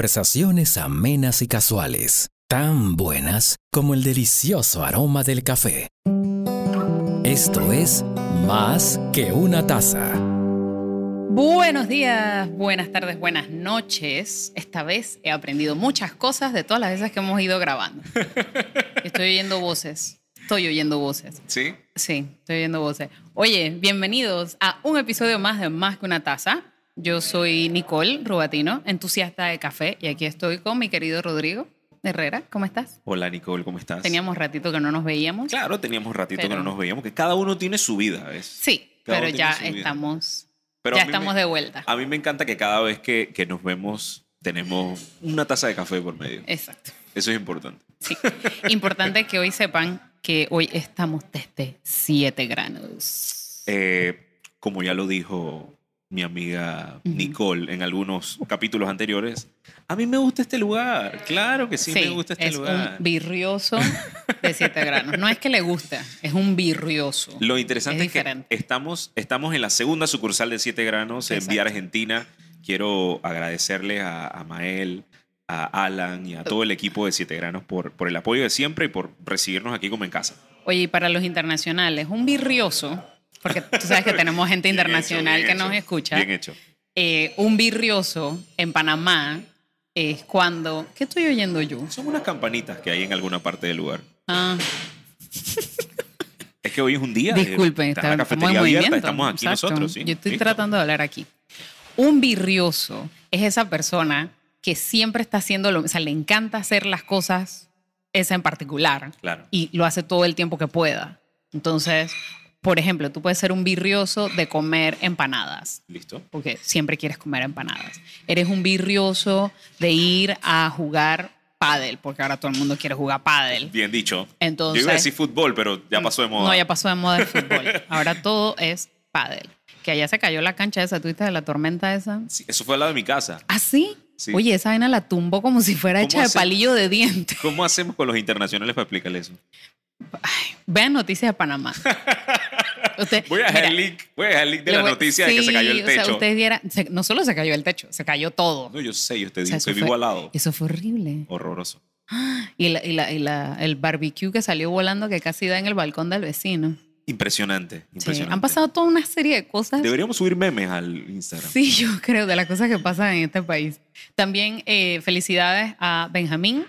Conversaciones amenas y casuales, tan buenas como el delicioso aroma del café. Esto es Más que una taza. Buenos días, buenas tardes, buenas noches. Esta vez he aprendido muchas cosas de todas las veces que hemos ido grabando. Estoy oyendo voces. Estoy oyendo voces. ¿Sí? Sí, estoy oyendo voces. Oye, bienvenidos a un episodio más de Más que una taza. Yo soy Nicole Rubatino, entusiasta de café, y aquí estoy con mi querido Rodrigo Herrera. ¿Cómo estás? Hola Nicole, ¿cómo estás? Teníamos ratito que no nos veíamos. Claro, teníamos ratito Pero- que no nos veíamos, que cada uno tiene su vida, ¿ves? Sí, Cada pero uno ya tiene su vida. estamos, Pero ya a mí estamos me- de Ah. vuelta. A mí me encanta que cada vez que, que nos vemos tenemos una taza de café por medio. Exacto. Eso es importante. Sí. Importante que hoy sepan que hoy estamos desde 7 granos. Eh, como ya lo dijo mi amiga Ujú. Nicole en algunos capítulos anteriores, a mí me gusta este lugar. Claro que sí, me gusta este es lugar. un birrioso de 7 granos. No es que le gusta, es un birrioso. Lo interesante Es es, que diferente. estamos, estamos en la segunda sucursal de Siete Granos en Vía Exacto. Argentina. Quiero agradecerles a, a Mael, a Alan y a todo el equipo de Siete Granos por, por el apoyo de siempre y por recibirnos aquí como en casa. Oye, y para los internacionales, un birrioso, porque tú sabes que tenemos gente Bien hecho, internacional bien que hecho, nos escucha. Bien hecho. Eh, un birrioso en Panamá es cuando. ¿Qué estoy oyendo yo? Son unas campanitas que hay en alguna parte del lugar. Ah, Es que hoy es un día. de- Disculpen, está la está- estamos en cafetería abierta, movimiento. estamos aquí Exacto. nosotros. ¿sí? Yo estoy Listo. tratando de hablar aquí. Un virrioso es esa persona que siempre está haciendo lo, o sea, le encanta hacer las cosas, esa en particular, Claro. y lo hace todo el tiempo que pueda. Entonces, por ejemplo, tú puedes ser un virrioso de comer empanadas Listo. porque siempre quieres comer empanadas. Eres un virrioso de ir a jugar pádel, porque ahora todo el mundo quiere jugar pádel. Bien dicho. Entonces- Yo iba a decir fútbol, pero ya pasó de moda. No, ya pasó de moda el fútbol. Ahora todo es pádel. Que allá se cayó la cancha esa, ¿tuviste de la tormenta esa? Sí, eso fue al lado de mi casa. ¿Ah, sí? Sí. Oye, esa vaina la tumbó como si fuera ¿Cómo hecha de hace? palillo de diente. ¿Cómo hacemos con los internacionales para explicarle eso? Vean Noticias de Panamá. Usted, Voy a dejar mira, el link, voy a dejar el link de le la voy- noticia de que sí, se cayó el o sea, techo. ustedes vieran- se- no solo se cayó el techo, se cayó todo. No, yo sé, yo te O sea, digo, eso soy fue- vivo al lado. Eso fue horrible. Horroroso. Y, la- y la- y la- el barbecue que salió volando que casi da en el balcón del vecino. Impresionante, Sí, impresionante. Han pasado toda una serie de cosas. Deberíamos subir memes al Instagram. Sí, yo creo, de las cosas que pasan en este país. También eh, felicidades a Benjamín,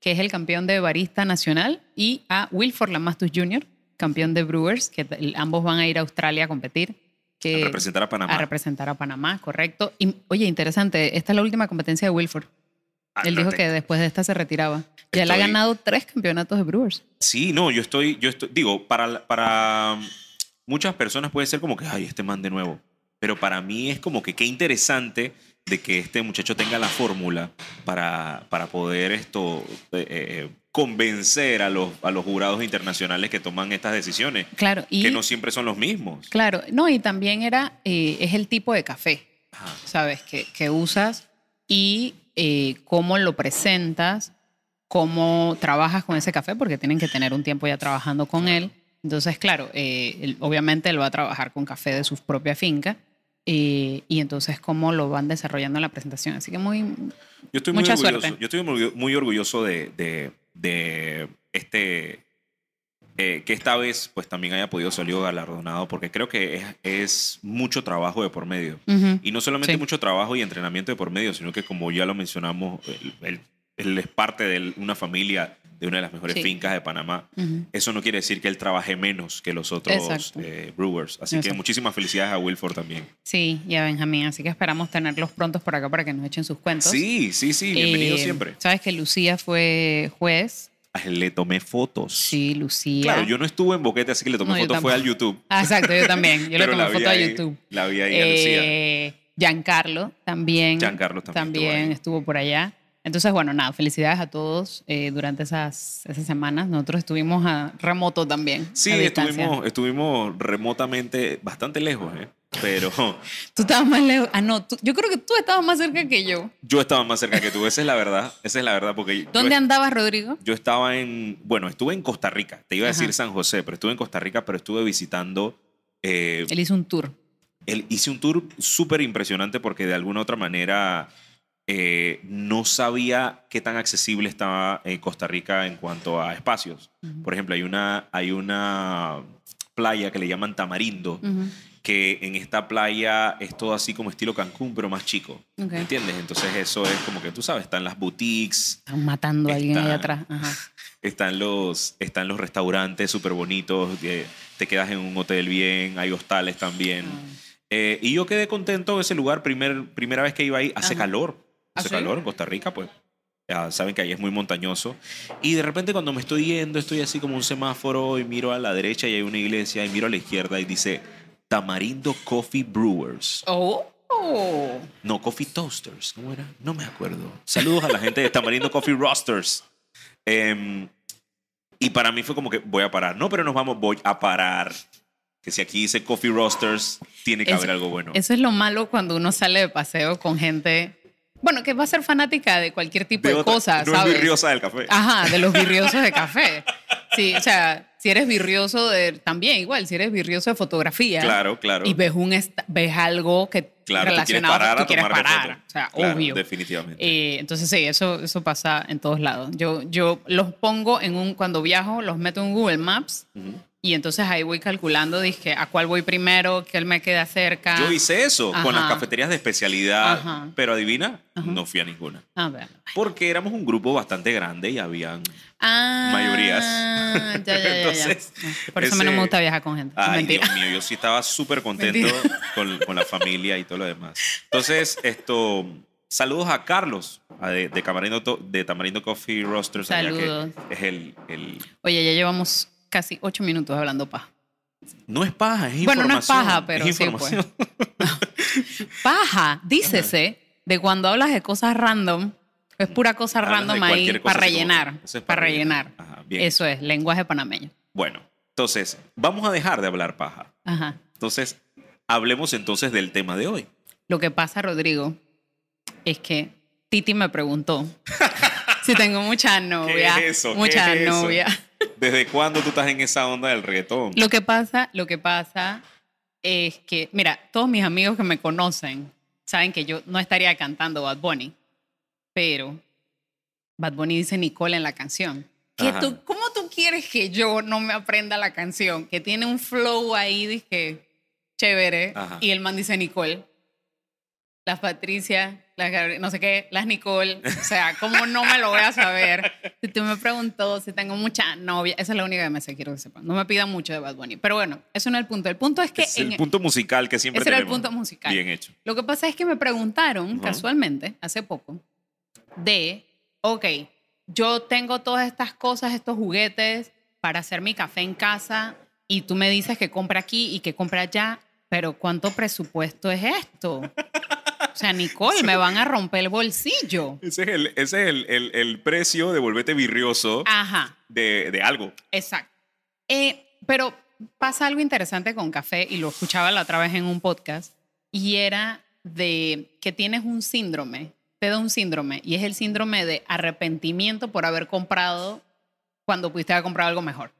que es el campeón de barista nacional, y a Wilford Lamastus Jr., campeón de Brewers, que t- ambos van a ir a Australia a competir. A Que, representar a Panamá. a representar a Panamá, correcto. Y, oye, interesante, esta es la última competencia de Wilford. Ah, Él no dijo te- que después de esta se retiraba. Ya él ha Estoy- ganado tres campeonatos de Brewers. Sí, no, yo estoy, yo estoy, digo, para, la- para muchas personas puede ser como que, ay, este man de nuevo. Pero para mí es como que qué interesante de que este muchacho tenga la fórmula para, para poder esto eh, eh, convencer a los, a los jurados internacionales que toman estas decisiones, Claro, y, que no siempre son los mismos. claro, no, y también era, eh, es el tipo de café. Ajá. ¿sabes? Que, que usas y eh, cómo lo presentas, cómo trabajas con ese café, porque tienen que tener un tiempo ya trabajando con él. Entonces, claro, eh, él- obviamente él va a trabajar con café de su propia finca eh, y entonces cómo lo van desarrollando en la presentación. Así que muy... Yo estoy muy Mucha orgulloso. suerte. Yo estoy muy, muy orgulloso de, de- de este eh, que esta vez pues también haya podido salir galardonado porque creo que es, es mucho trabajo de por medio. Ujú. Y no solamente Sí. mucho trabajo y entrenamiento de por medio, sino que como ya lo mencionamos, él, él- él es parte de una familia de una de las mejores Sí. fincas de Panamá. Ujú. Eso no quiere decir que él trabaje menos que los otros Exacto. eh, Brewers. Así que Exacto. muchísimas felicidades a Wilford también. Sí, y a Benjamín. Así que esperamos tenerlos prontos por acá para que nos echen sus cuentos. Sí, sí, sí, bienvenido Eh, siempre. Sabes que Lucía fue juez. Ah, Le tomé fotos. Sí, Lucía. Claro, yo no estuve en Boquete, así que le tomé No, yo foto fue al tampoco. YouTube. Ah, exacto, yo también. Yo le Pero tomé la vi foto a ahí- YouTube. La vi ahí a Lucía. Eh, Giancarlo también. Giancarlo también estuvo ahí. estuvo, por allá. Entonces, bueno, nada, felicidades a todos eh, durante esas, esas semanas. Nosotros estuvimos a remoto también. Sí, a distancia. estuvimos, estuvimos remotamente bastante lejos, ¿eh? Pero Tú estabas más lejos. Ah, no, tú- yo creo que tú estabas más cerca que yo. yo estaba más cerca que tú, esa es la verdad. Esa es la verdad, porque yo- ¿Dónde andabas, Rodrigo? yo, estaba en. Bueno, estuve en Costa Rica, te iba a decir Ajá. San José, pero estuve en Costa Rica, pero estuve visitando. eh, Él hizo un tour. él- hice un tour súper impresionante porque de alguna u otra manera eh, no sabía qué tan accesible estaba eh, Costa Rica en cuanto a espacios. Ujú. Por ejemplo, hay una, hay una playa que le llaman Tamarindo, Ujú. que en esta playa es todo así como estilo Cancún, pero más chico. Ok. ¿Me ¿Entiendes? Entonces eso es como que tú sabes, están las boutiques, Están matando a alguien Está- allá atrás. Ajá. están los, están los restaurantes súper bonitos, eh, te quedas en un hotel bien, hay hostales también. Ah. Eh, y yo quedé contento en ese lugar, primer, primera vez que iba ahí, hace Ajá. calor, ¿Ah, hace sí? calor en Costa Rica, pues ya saben que ahí es muy montañoso. Y de repente cuando me estoy yendo, estoy así como un semáforo y miro a la derecha y hay una iglesia y miro a la izquierda y dice Tamarindo Coffee Brewers. Oh. Oh. No, Coffee Toasters. ¿Cómo era? No me acuerdo. Saludos a la gente de Tamarindo Coffee Roasters. Em, y para mí fue como que voy a parar. No, pero nos vamos, voy a parar. Que si aquí dice Coffee Roasters, tiene que Eso- haber algo bueno. Eso es lo malo cuando uno sale de paseo con gente, bueno, que va a ser fanática de cualquier tipo de, De otra- cosa, no ¿sabes? es virriosa del café. Ajá, de los virriosos de café. Sí, o sea, si eres virrioso de, también igual, si eres virrioso de fotografía Claro, claro. y ves un est- ves algo que claro, tú quieres relacionado parar tú a quieres tomarle parar, foto. o sea, Claro, obvio. Definitivamente. Eh, entonces sí, eso, eso pasa en todos lados. Yo, yo los pongo en un, cuando viajo, los meto en Google Maps Ujú. y entonces ahí voy calculando, dije, a cuál voy primero, qué me queda cerca. Yo hice eso con Ajá. las cafeterías de especialidad, Ajá. pero adivina, Ajá. no fui a ninguna. A ver. Porque éramos un grupo bastante grande y habían Ah, Mayorías. Ya, ya, ya, ya. Entonces, Por eso a mí no me ese- gusta viajar con gente. Ay, Mentira. Dios mío, yo sí estaba súper contento Mentira. con, con la familia y todo lo demás. Entonces, esto, saludos a Carlos a de, de, Camarindo To- de Tamarindo Coffee Roasters. allá que Saludos. es el, el- Oye, ya llevamos casi ocho minutos hablando paja. No es paja, es Bueno, no es información. paja, pero sí, pues. información. Paja, dícese, de cuando hablas de cosas random, es pura cosa Hablas de random ahí cualquier cosa para así como- rellenar. Eso es para, rellenar. Ajá, bien. Eso es, lenguaje panameño. Bueno, entonces, vamos a dejar de hablar paja. Ajá. Entonces, hablemos entonces del tema de hoy. Lo que pasa, Rodrigo, es que Titi me preguntó si tengo mucha novia. es eso? ¿Qué Mucha es eso? novia. ¿Desde cuándo tú estás en esa onda del reggaetón? Lo que pasa, lo que pasa es que, mira, todos mis amigos que me conocen saben que yo no estaría cantando Bad Bunny, pero Bad Bunny dice Nicole en la canción. ¿Qué Ajá. tú- ¿Cómo tú quieres que yo no me aprenda la canción? Que tiene un flow ahí, dije, chévere, Ajá. y el man dice Nicole. Las Patricia, las Gabri- no sé qué, las Nicole. O sea, ¿cómo no me lo voy a saber? Si tú me preguntó si tengo mucha novia, esa es la única que me sé, quiero que sepan. No me pidan mucho de Bad Bunny. Pero bueno, eso no es el punto. El punto es que es en- el punto musical que siempre ese era el tenemos. punto musical. Bien hecho. lo que pasa es que me preguntaron Ujú. casualmente, hace poco, de, ok, yo tengo todas estas cosas, estos juguetes para hacer mi café en casa y tú me dices que compra aquí y que compra allá, pero ¿cuánto presupuesto es esto? O sea, Nicole, me van a romper el bolsillo. Ese es el, ese es el, el- el precio de volverte virrioso Ajá. de, de algo. Exacto. Eh, pero pasa algo interesante con café y lo escuchaba la otra vez en un podcast y era de que tienes un síndrome, te da un síndrome y es el síndrome de arrepentimiento por haber comprado cuando pudiste haber comprado algo mejor.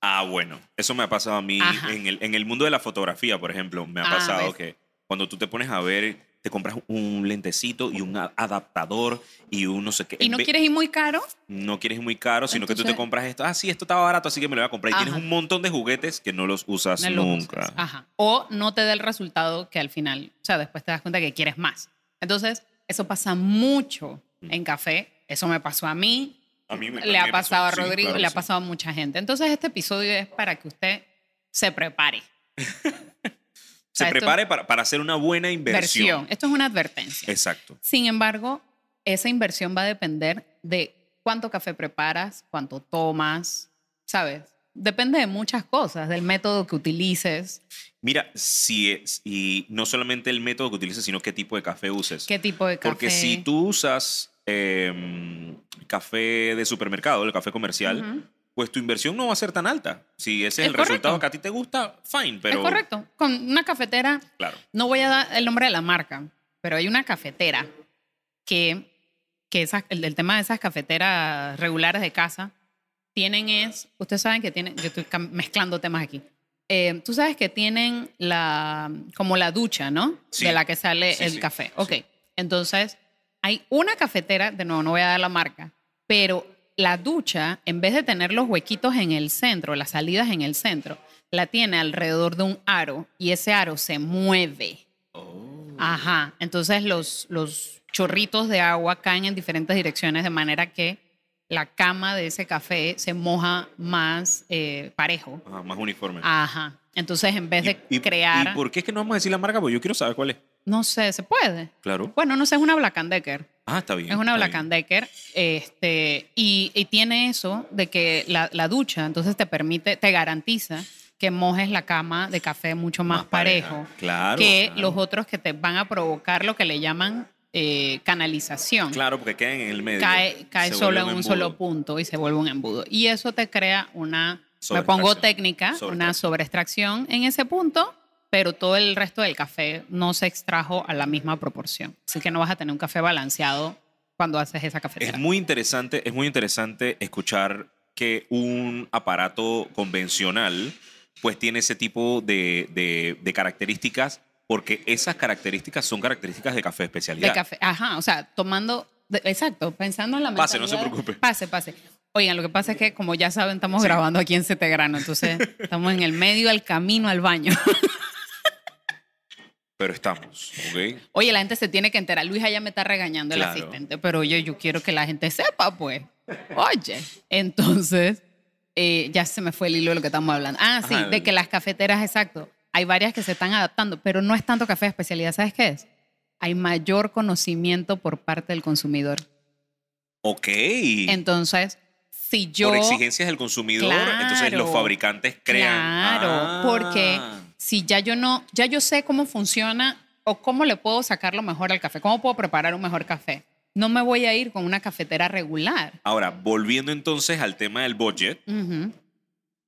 Ah, bueno, eso me ha pasado a mí Ajá. en el, en el mundo de la fotografía, por ejemplo. Me ha Ah, pasado ves. que cuando tú te pones a ver, te compras un lentecito y un a- adaptador y un no sé qué. Y no Ve- quieres ir muy caro, no quieres muy caro, sino que tú te Entonces- compras esto. Ah, sí, esto estaba barato, así que me lo voy a comprar. Y Ajá. tienes un montón de juguetes que no los usas no lo nunca. usas. Ajá. O no te da el resultado que al final, o sea, después te das cuenta que quieres más. Entonces, eso pasa mucho en café. Eso me pasó a mí, A mí me- a mí le ha me pasó, pasado a sí, Rodrigo, claro, le ha sí. pasado a mucha gente. Entonces este episodio es para que usted se prepare. Se sea, esto- prepare para, para hacer una buena inversión. Versión. Esto es una advertencia. Exacto. Sin embargo, esa inversión va a depender de cuánto café preparas, cuánto tomas, ¿sabes? Depende de muchas cosas, del método que utilices, Mira, si es, y no solamente el método que utilices, sino qué tipo de café uses. qué tipo de café. Porque si tú usas eh, café de supermercado, el café comercial, Ujú. pues tu inversión no va a ser tan alta. Si ese es, Es el resultado correcto. que a ti te gusta, fine, pero Es correcto. Con una cafetera claro. No voy a dar el nombre de la marca, pero hay una cafetera que, que esa- el, el tema de esas cafeteras regulares de casa tienen es, ustedes saben que tienen, yo estoy cam- mezclando temas aquí. Eh, Tú sabes que tienen la, como la ducha, ¿no? Sí. De la que sale Sí, el sí, café. sí. Ok. Entonces, Hay una cafetera, de nuevo no voy a dar la marca, pero la ducha, en vez de tener los huequitos en el centro, las salidas en el centro, la tiene alrededor de un aro y ese aro se mueve. Oh. Ajá, entonces los, los chorritos de agua caen en diferentes direcciones de manera que la cama de ese café se moja más eh, parejo. Ajá, más uniforme. Ajá, entonces Ah, en vez de ¿Y- y- crear... ¿Y por qué es que no vamos a decir la marca? Porque yo quiero saber cuál es. No sé, ¿se puede? Claro. Bueno, no sé, es una Black and Decker. Ah, está bien. Es una está Black bien. and Decker. Este, y, y tiene eso de que la, la ducha, entonces te permite, te garantiza que mojes la cama de café mucho más, pareja. parejo Claro. que claro. los otros que te van a provocar lo que le llaman eh, canalización. Claro, porque quedan en el medio. Cae, cae Se solo vuelve en un embudo. solo punto y se vuelve un embudo. Y eso te crea una, me Sobreextracción. pongo técnica, una Sobreextracción. sobreextracción en ese punto, pero todo el resto del café no se extrajo a la misma proporción. Así que no vas a tener un café balanceado cuando haces esa cafetera. Es muy interesante, es muy interesante escuchar que un aparato convencional pues tiene ese tipo de, de- de características porque esas características son características de café de especialidad. de café. Ajá, o sea, tomando. de- exacto, pensando en la Pase, no se mentalidad- preocupe. Pase, pase. Oigan, lo que pasa es que, como ya saben, estamos Sí. grabando aquí en Sete Grano, entonces estamos en el medio del camino al baño. Pero estamos, ¿ok? Oye, la gente se tiene que enterar. Luis allá me está regañando Claro. el asistente, pero oye, yo quiero que la gente sepa, pues. Oye, entonces, eh, ya se me fue el hilo de lo que estamos hablando. Ah, sí, Ajá. de que las cafeteras, exacto. Hay varias que se están adaptando, pero no es tanto café de especialidad. ¿Sabes qué es? Hay mayor conocimiento por parte del consumidor. Ok. Entonces, si yo... Por exigencias del consumidor, entonces los Claro. fabricantes crean. Claro, Ah. porque si ya yo no, ya yo sé cómo funciona o cómo le puedo sacar lo mejor al café, cómo puedo preparar un mejor café. No me voy a ir con una cafetera regular. Ahora, volviendo entonces al tema del budget, Ujú.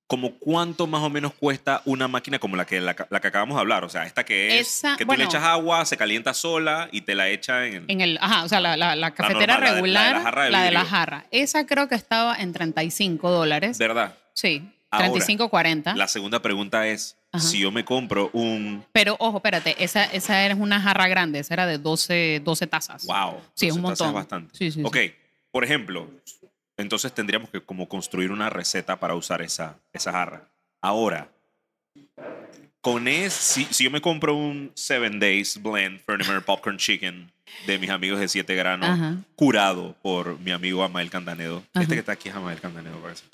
como cuánto más o menos cuesta una máquina como la que, la, ca- la que acabamos de hablar. O sea, esta que es Esa, que tú bueno. le echas agua, se calienta sola y te la echa en... En el, ajá, o sea, la, la- la cafetera normal, la de- la de regular, la jarra de vidrio. jarra. Esa creo que estaba en 35 dólares. ¿Verdad? Sí, Ahora, 35, 40. La segunda pregunta es, ¿Ah? Ajá. si yo me compro un... Pero ojo, espérate, esa, esa era una jarra grande, esa era de 12, 12 tazas. Wow. Sí, es un entonces esa montón. bastante. Sí, sí, sí. ok, por ejemplo, entonces tendríamos que como construir una receta para usar esa, esa jarra. Ahora, con es, si, si yo me compro un Seven Days Blend Fernimer Popcorn Chicken de mis amigos de Siete Granos, Ajá. curado por mi amigo Amael Candanedo. Ajá. Este que está aquí es Amael Candanedo, parece.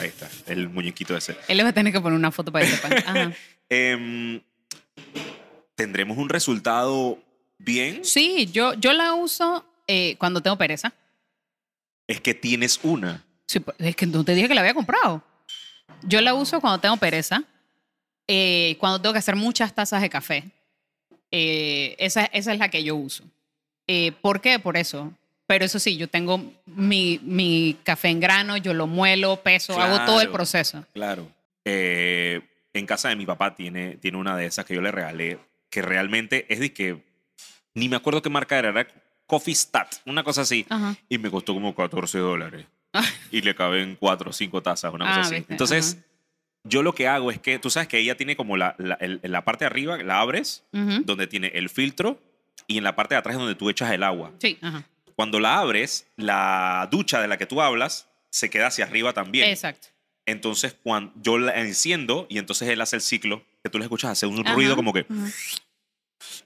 Ahí está, el muñequito ese. Él les va a tener que poner una foto para que sepan. Ajá. Em, ¿Tendremos un resultado bien? Sí, yo, yo la uso eh, cuando tengo pereza. Es que tienes una. Sí, pues, es que no te dije que la había comprado. Yo la uso cuando tengo pereza, eh, cuando tengo que hacer muchas tazas de café. Eh, esa, esa es la que yo uso. Eh, ¿Por qué? Por eso. Pero eso sí, yo tengo mi, mi café en grano, yo lo muelo, peso, hago todo el Claro. proceso. Claro. Eh, en casa de mi papá tiene, tiene una de esas que yo le regalé, que realmente es de que ni me acuerdo qué marca era, era Coffee Stat, una cosa así. Ajá. Y me costó como 14 dólares. y le caben 4 o 5 tazas, una Ah, cosa así. viste, Entonces, yo lo que hago es que, tú sabes que ella tiene como la, la, el- la parte de arriba, la abres, Ujú. donde tiene el filtro, y en la parte de atrás es donde tú echas el agua. Sí, ajá. Cuando la abres, la ducha de la que tú hablas se queda hacia arriba también. Exacto. Entonces, cuando yo la enciendo y entonces él hace el ciclo, que tú le escuchas hacer un Ajá, ruido como que, ajá.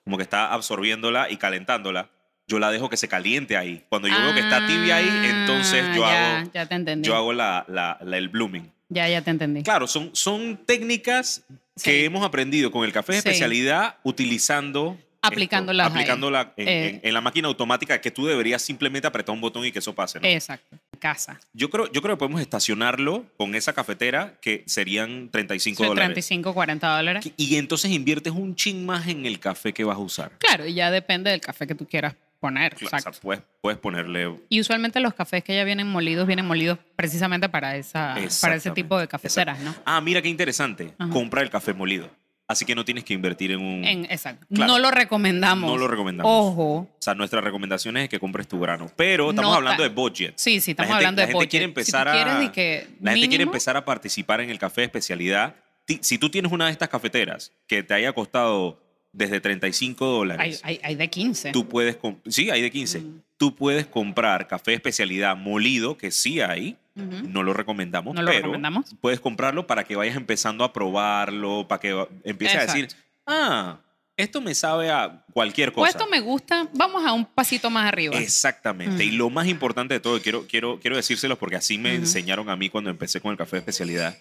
como que está absorbiéndola y calentándola. Yo la dejo que se caliente ahí. Cuando yo veo que está tibia ahí, entonces yo Ah, ya, hago, Ya te entendí. yo hago la, la- la- el blooming. Ya, ya te entendí. Claro, son, son técnicas Sí. que hemos aprendido con el café de Sí. especialidad utilizando... Aplicándolas ahí. esto, aplicándola en, Eh. en- en la máquina automática que tú deberías simplemente apretar un botón y que eso pase. ¿no? Exacto. Casa. Yo creo, yo creo que podemos estacionarlo con esa cafetera que serían 35 Sí, dólares. 35, 40 dólares. Que- Y entonces inviertes un chin más en el café que vas a usar. Claro, y ya depende del café que tú quieras poner. Claro, o exacto. sea, puedes, puedes ponerle. Y usualmente los cafés que ya vienen molidos, vienen molidos precisamente para, esa, para ese Exactamente, tipo de cafeteras, ¿no? Ah, mira qué interesante. Ajá. Compra el café molido. Así que no tienes que invertir en un. En- exacto. Mm. Claro. No lo recomendamos. No lo recomendamos. Ojo. O sea, nuestra recomendación es que compres tu grano. Pero estamos No hablando de tan- budget. Sí, sí, estamos gente- hablando de la gente budget. quiere empezar si a- tú quieres y que La gente quiere mínimo, empezar a participar en el café de especialidad. Ti- Si tú tienes una de estas cafeteras que te haya costado desde 35 Hay, dólares, hay- hay de 15. tú puedes. comp- Sí, hay de 15. Mm. tú puedes comprar café de especialidad molido, que sí hay, Ujú. no lo recomendamos, No lo pero recomendamos. puedes comprarlo para que vayas empezando a probarlo, para que va- empieces a decir, Exacto. ah, esto me sabe a cualquier O cosa. esto me gusta, vamos a un pasito más arriba. Exactamente. Mm. Y lo más importante de todo, quiero, quiero, quiero decírselos porque así me Ujú. enseñaron a mí cuando empecé con el café de especialidad.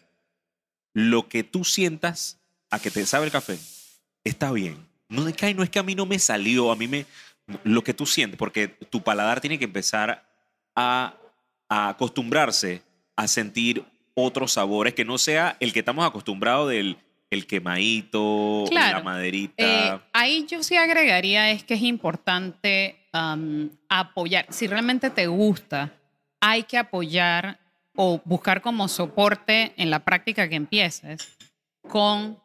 Lo que tú sientas a que te sabe el café, está bien. No es que, ay, no es que a mí no me salió, a mí me... Lo que tú sientes, porque tu paladar tiene que empezar a, a acostumbrarse a sentir otros sabores que no sea el que estamos acostumbrados del el quemadito, la Claro. maderita. Eh, ahí yo sí agregaría es que es importante am, apoyar. Si realmente te gusta, hay que apoyar o buscar como soporte en la práctica que empieces con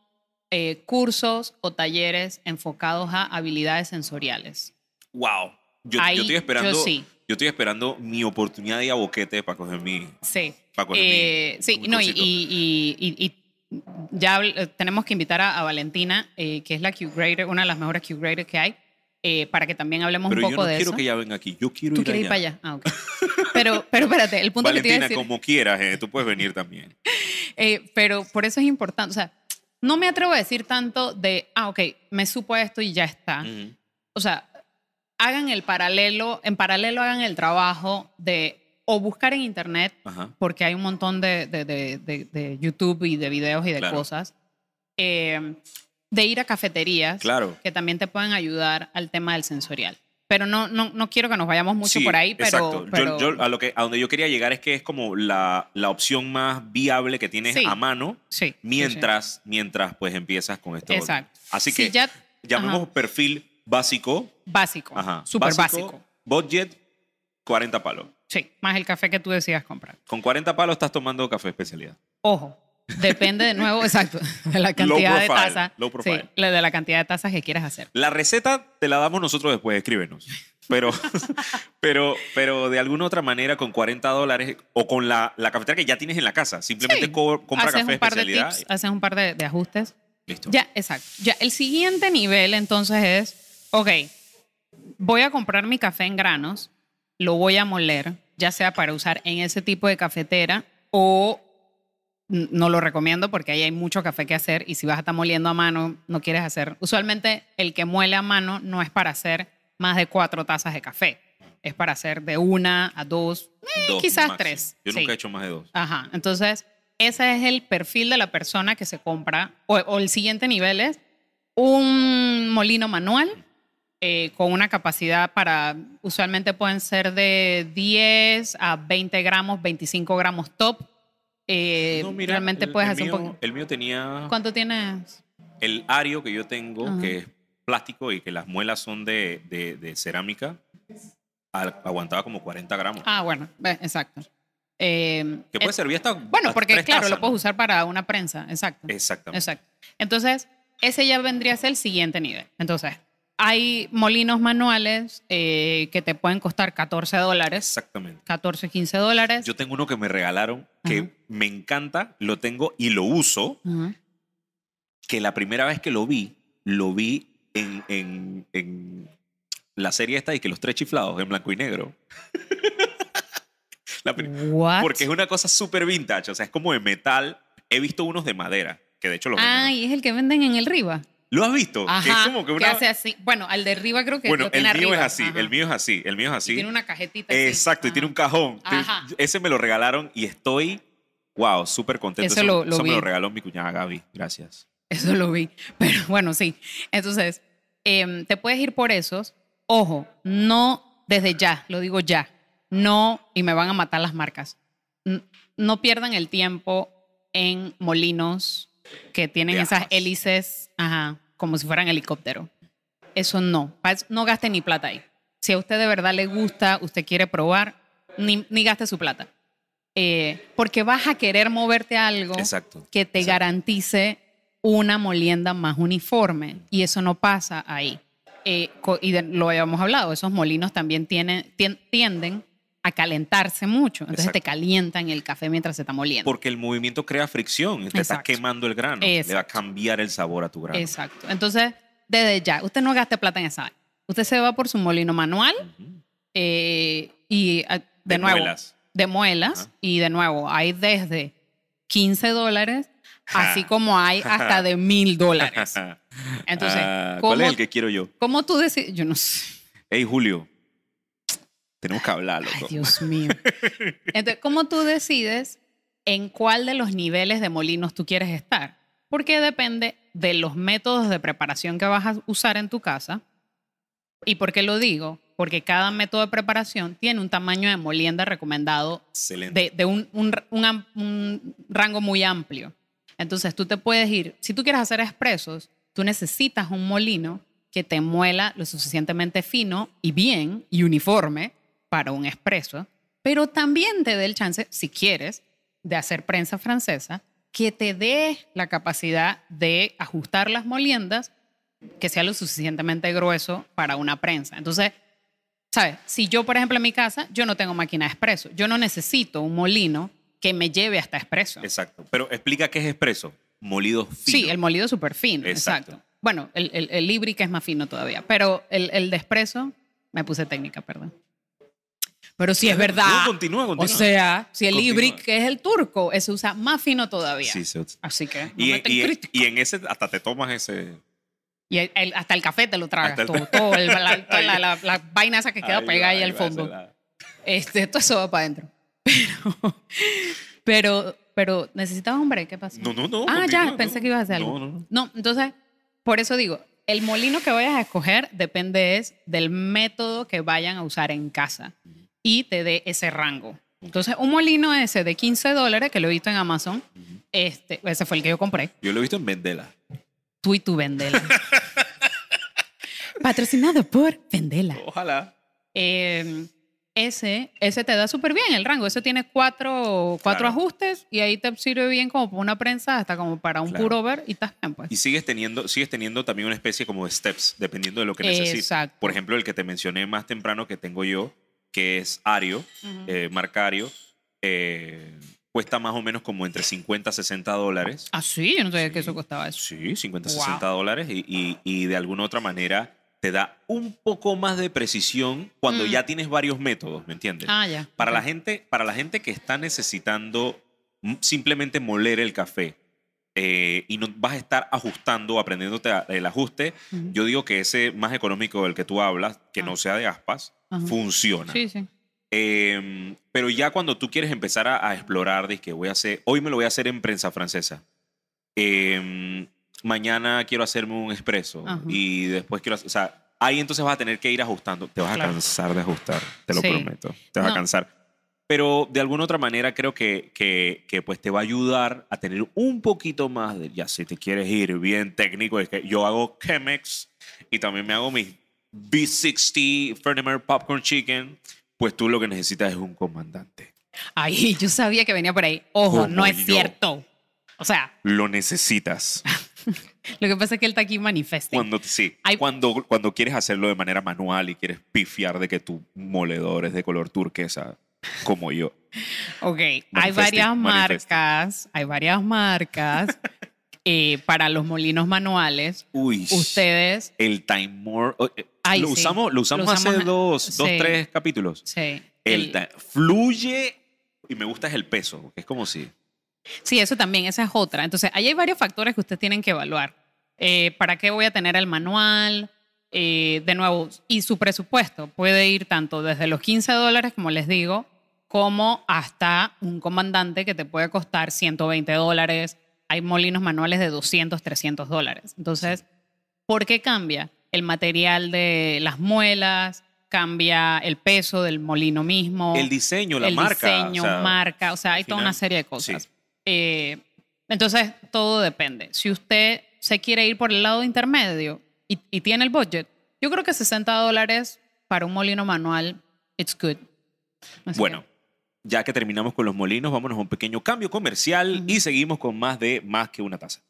eh, cursos o talleres enfocados a habilidades sensoriales. wow. Yo, ahí yo estoy esperando... Yo sí, Yo estoy esperando mi oportunidad de ir a boquete para coger mi. sí. Para coger Eh, sí, un no, y, cursito. y- y- y- y ya habl- eh, tenemos que invitar a, a Valentina, eh, que es la Q-Grader, una de las mejores Q-Grader que hay, eh, para que también hablemos mi. Pero un yo poco no de quiero eso. que ella venga aquí. Yo quiero Tú ir quieres allá. ir para allá. Ah, ok. Pero, pero espérate, el punto que te iba a Valentina, decir. como quieras, eh, tú puedes venir también. eh, pero por eso es importante. O sea, no me atrevo a decir tanto de, ah, ok, me supo esto y ya está. Ujú. O sea, hagan el paralelo, en paralelo hagan el trabajo de o buscar en internet Ajá. porque hay un montón de, de- de- de- de YouTube y de videos y de Claro. cosas. Eh, de ir a cafeterías Claro. que también te pueden ayudar al tema del sensorial. Pero no, no, no quiero que nos vayamos mucho Sí, por ahí, pero, Exacto. Yo- pero- yo, a, lo que, a donde yo quería llegar es que es como la, la opción más viable que tienes Sí. a mano sí, sí, sí. mientras, mientras pues empiezas con esto. Exacto. Así Si que ya- llamemos ajá. perfil básico. básico, Ajá. súper básico. Budget, 40 palos. Sí, más el café que tú decidas comprar. Con 40 palos estás tomando café de especialidad. Ojo, depende de nuevo, exacto, de la cantidad de profile, tazas. low profile. Sí, la- de la cantidad de tazas que quieras hacer. La receta te la damos nosotros después, escríbenos. Pero, pero, pero de alguna otra manera, con 40 dólares o con la, la cafetera que ya tienes en la casa, simplemente Sí, co- compra haces café de un par de especialidad. tips, haces un par de, de ajustes. Listo. Ya, exacto. Ya, el siguiente nivel entonces es, ok, voy a comprar mi café en granos, lo voy a moler, ya sea para usar en ese tipo de cafetera o n- no lo recomiendo porque ahí hay mucho café que hacer y si vas a estar moliendo a mano, no quieres hacer. Usualmente el que muele a mano no es para hacer más de cuatro tazas de café, es para hacer de una a dos, Dos quizás máximo. tres, Yo sí. nunca he hecho más de dos. Ajá, entonces ese es el perfil de la persona que se compra, o, o el siguiente nivel es un molino manual eh, con una capacidad para, usualmente pueden ser de 10 a 20 gramos, 25 gramos top. Eh, No, mira, realmente el- puedes el hacer mío- un poquito. El mío tenía ¿Cuánto tienes? el ario que yo tengo, Ajá. que es plástico y que las muelas son de, de- de cerámica, al- aguantaba como 40 gramos. Ah, bueno, ve, exacto. Eh, que puede eh, servir hasta. Bueno, hasta porque tres claro, tazas, lo ¿no? puedes usar para una prensa, exacto. Exactamente. Exacto. Entonces, ese ya vendría a ser el siguiente nivel. Entonces, hay molinos manuales eh, que te pueden costar 14 dólares, Exactamente. 14, 15 dólares. Yo tengo uno que me regalaron que Ajá. me encanta, lo tengo y lo uso, Ujú. que la primera vez que lo vi, lo vi en, en- en la serie esta y que los tres chiflados en blanco y negro. La pri- What? porque es una cosa súper vintage, o sea, es como de metal. He visto unos de madera, que de hecho los Ah, venden. y es el que venden en el Riva. ¿Lo has visto? Que Ajá. es como que que una... hace así. Bueno, al de Riva creo que bueno, lo el tiene mío arriba. es así, Ajá. el mío es así, el mío es Y así. tiene una cajetita. así. Exacto, y Ajá. tiene un cajón. Tiene- Ah. Ajá. Ese me lo regalaron y estoy, wow, súper contento. Eso lo- lo eso me vi. lo regaló mi cuñada Gaby. Gracias. Eso lo vi. Pero bueno, sí. Entonces, em, te puedes ir por esos. Ojo, no desde ya, lo digo ya. No, y me van a matar las marcas. N- No pierdan el tiempo en molinos que tienen De esas ajas. hélices, ajá, como si fueran helicóptero. Eso no. Pa- No gaste ni plata ahí. Si a usted de verdad le gusta, usted quiere probar, ni, ni gaste su plata. Eh, porque vas a querer moverte a algo Exacto. que te Exacto. garantice una molienda más uniforme. Y eso no pasa ahí. Eh, co- y de- lo habíamos hablado, esos molinos también tienen, tien- tienden a calentarse mucho. Entonces te Exacto. calientan el café mientras se está moliendo. Porque el movimiento crea fricción. Te estás Exacto. quemando el grano. Le va a Exacto. cambiar el sabor a tu grano. Exacto. Entonces, desde ya, usted no gaste plata en esa. vaina. Usted se va por su molino manual Ujú. eh, y ah, de, De nuevo, muelas. de muelas, Ajá. y de nuevo, hay desde 15 dólares, Ja. así como hay hasta de mil dólares. Entonces, Ah, ¿Cuál ¿cómo, es el que quiero yo? cómo tú decides? Yo no sé. Hey, Julio. Tenemos que hablar, Ay, loco. Dios mío. Entonces, ¿cómo tú decides en cuál de los niveles de molinos tú quieres estar? Porque depende de los métodos de preparación que vas a usar en tu casa. ¿Y por qué lo digo? Porque cada método de preparación tiene un tamaño de molienda recomendado Excelente. de, de un, un r- un am- un rango muy amplio. Entonces tú te puedes ir, si tú quieres hacer expresos, tú necesitas un molino que te muela lo suficientemente fino y bien y uniforme para un expreso, pero también te dé el chance, si quieres, de hacer prensa francesa, que te dé la capacidad de ajustar las moliendas que sea lo suficientemente grueso para una prensa. Entonces, ¿sabes? Si yo, por ejemplo, en mi casa, yo no tengo máquina de expreso. Yo no necesito un molino que me lleve hasta expreso. Exacto. Pero explica qué es expreso. Molido fino. Sí, el molido es súper fino. Exacto. Exacto. Bueno, el, el, el Libri que es más fino todavía. Pero el, el de expreso, me puse técnica, perdón. Pero sí es verdad. No, continúa, continúa. O sea, si el Continúa. Libri, que es el turco, ese usa más fino todavía. Sí, se- Así que no y, e, me estén y- criticando. y en ese hasta te tomas ese. Y el- el- hasta el café te lo tragas Hasta el- todo, todo el- la, toda la- la- la vaina esa que queda Ahí va, pegada ahí al va, fondo. ese lado. Este, todo eso va para adentro. Pero, pero, pero necesitabas un break, ¿qué pasó? No, no, no. ah, continúa, ya, pensé no. que ibas a hacer algo. No, no, no. No, entonces, por eso digo, el molino que vayas a escoger depende es del método que vayan a usar en casa y te dé ese rango. Entonces, un molino ese de 15 dólares, que lo he visto en Amazon, este, ese fue el que yo compré, Yo lo he visto en Vendela. tú y tu Vendela. Patrocinado por Vendela. Ojalá. Eh, ese, ese te da súper bien el rango. Ese tiene cuatro, cuatro Claro. ajustes y ahí te sirve bien como para una prensa, hasta como para un Claro. puro-over y estás bien, pues. Y sigues teniendo, sigues teniendo también una especie como de steps, dependiendo de lo que necesites. Exacto. Por ejemplo, el que te mencioné más temprano que tengo yo, que es Ario, Ujú. eh, marca Ario, eh, cuesta más o menos como entre 50 a 60 dólares. Ah, sí, yo no sabía Sí. que eso costaba eso. Sí, 50, Wow. 60 dólares y, y- y de alguna otra manera te da un poco más de precisión cuando Mm. ya tienes varios métodos, ¿me entiendes? Ah, ya. Para, la Ok. gente, para la gente que está necesitando m- simplemente moler el café eh, y no vas a estar ajustando, aprendiéndote a- el ajuste, Ujú. yo digo que ese más económico del que tú hablas, que Ah. no sea de aspas, Ajá. funciona. Sí, sí. Eh, pero ya cuando tú quieres empezar a, a explorar, dices que voy a hacer, hoy me lo voy a hacer en prensa francesa. Eh, mañana quiero hacerme un expreso Ajá. y después quiero, hacer- o sea, ahí entonces vas a tener que ir ajustando. Te vas Claro. a cansar de ajustar, te lo Sí. prometo. Te vas a No. cansar. Pero de alguna otra manera creo que, que, que, pues te va a ayudar a tener un poquito más de, ya si te quieres ir bien técnico, es que yo hago Chemex y también me hago mis B60 Fernimer Popcorn Chicken, pues tú lo que necesitas es un comandante. Ay, yo sabía que venía por ahí. Ojo, Como no es yo. cierto. O sea, Lo necesitas lo que pasa es que él está aquí manifesting. cuando, sí, Ah, Ay. cuando, cuando quieres hacerlo de manera manual y quieres pifiar de que tu moledor es de color turquesa, como yo. Ok, hay Manifesting, varias manifesting. marcas, hay varias marcas eh, para los molinos manuales. Uy, Ustedes, el Time More. oh, eh, Ay, lo, sí. usamos, lo usamos Lo hace usamos- dos, dos, sí. tres capítulos. sí. El, el- ta- fluye y me gusta es el peso, porque es como si. Sí, eso también, esa es otra. Entonces, ahí hay varios factores que ustedes tienen que evaluar. Eh, ¿Para qué voy a tener el manual? Eh, de nuevo, y su presupuesto puede ir tanto desde los 15 dólares, como les digo, como hasta un comandante que te puede costar 120 dólares. Hay molinos manuales de 200, 300 dólares. Entonces, ¿por qué cambia? El material de las muelas, cambia el peso del molino mismo El diseño, la el marca. o diseño, sea, marca, o sea, hay al toda final, una serie de cosas. sí. Eh, entonces, todo depende. Si usted se quiere ir por el lado intermedio y, y tiene el budget, yo creo que 60 dólares para un molino manual, it's good. Así Bueno, que, ya que terminamos con los molinos, vámonos a un pequeño cambio comercial y seguimos con más de Más que una taza.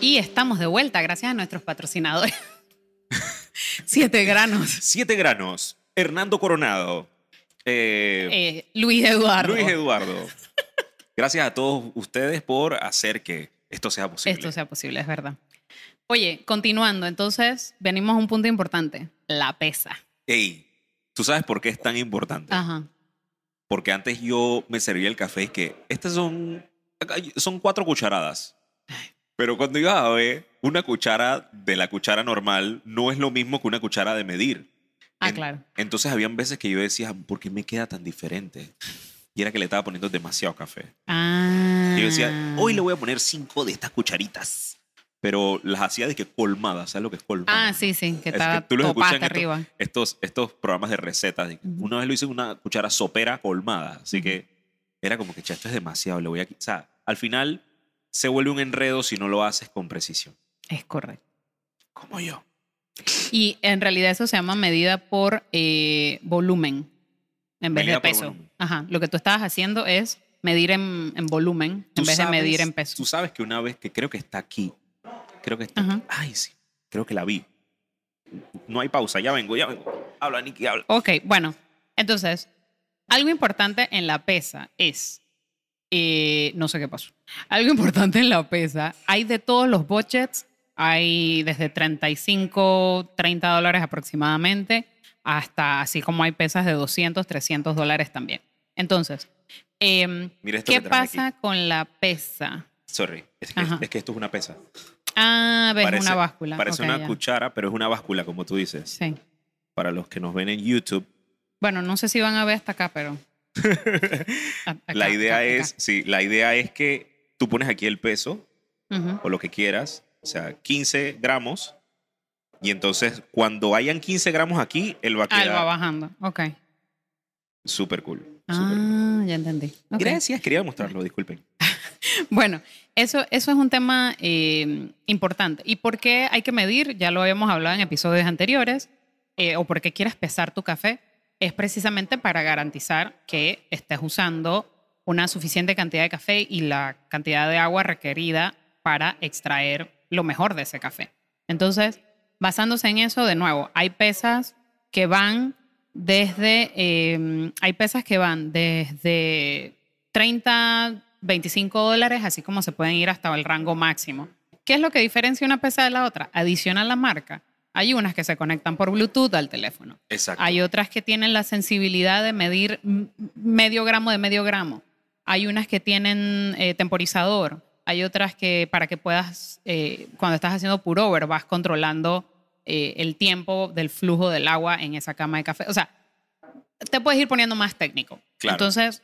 Y estamos de vuelta gracias a nuestros patrocinadores. Siete granos. Siete granos. Hernando Coronado. Eh, Eh, Luis Eduardo. Luis Eduardo. Gracias a todos ustedes por hacer que esto sea posible. esto sea posible, es verdad. Oye, continuando, entonces venimos a un punto importante, la pesa. Ey, ¿tú sabes por qué es tan importante? Ajá. Porque antes yo me servía el café y que estas son, son cuatro cucharadas. Pero cuando iba a ver, una cuchara de la cuchara normal no es lo mismo que una cuchara de medir. Ah, En- claro. Entonces habían veces que yo decía, ¿por qué me queda tan diferente? Y era que le estaba poniendo demasiado café. Ah. Y yo decía, hoy le voy a poner cinco de estas cucharitas. Pero las hacía de que colmadas, ¿sabes lo que es colmada? Ah, sí, sí, que Es está que tú los escuchas topaste en esto- arriba. estos, estos programas de recetas. de que Ujú. Una vez lo hice con una cuchara sopera colmada, así Ujú. que era como que, "Cha, esto es demasiado, le voy a qui-". O sea, al final se vuelve un enredo si no lo haces con precisión. Es correcto. Como yo. Y en realidad eso se llama medida por eh, volumen en vez Medida de por peso. volumen. Ajá. Lo que tú estabas haciendo es medir en, en volumen en Tú vez de sabes- medir en peso. Tú sabes que una vez que creo que está aquí, creo que está Ajá. aquí. Ay, sí, creo que la vi. No hay pausa, ya vengo, ya vengo. Habla, Nicky, habla. Ok, bueno. Entonces, algo importante en la pesa es. eh, no sé qué pasó. Algo importante en la pesa. Hay de todos los budgets. Hay desde 35, 30 dólares aproximadamente, hasta así como hay pesas de 200, 300 dólares también. Entonces, em, Mira esto ¿qué que traje aquí. pasa con la pesa? Sorry, es que, Ajá. es que esto es una pesa. Ah, ves Parece- una báscula. Parece Ok, una ya. cuchara, pero es una báscula, como tú dices. Sí. Para los que nos ven en YouTube, Bueno, no sé si van a ver hasta acá, pero. A- acá, la idea acá, acá. es, sí, la idea es que tú pones aquí el peso Ujú. o lo que quieras, o sea, 15 gramos, y entonces cuando hayan 15 gramos aquí, él va a Ah, él va quedar bajando. Ok. súper cool. súper cool. Ah, ya entendí. Ok. Gracias, quería mostrarlo, disculpen. Bueno, eso, eso es un tema eh, importante. ¿Y por qué hay que medir? Ya lo habíamos hablado en episodios anteriores. eh, o por qué quieres pesar tu café. Es precisamente para garantizar que estés usando una suficiente cantidad de café y la cantidad de agua requerida para extraer lo mejor de ese café. Entonces, basándose en eso, de nuevo, hay pesas que van desde, eh, hay pesas que van desde 30, 25 dólares, así como se pueden ir hasta el rango máximo. ¿Qué es lo que diferencia una pesa de la otra? Adicional la marca. Hay unas que se conectan por Bluetooth al teléfono. Exacto. Hay otras que tienen la sensibilidad de medir mm, medio gramo de medio gramo. Hay unas que tienen eh, temporizador. Hay otras que para que puedas, eh, cuando estás haciendo purover, vas controlando eh, el tiempo del flujo del agua en esa cama de café. O sea, te puedes ir poniendo más técnico. Claro. Entonces,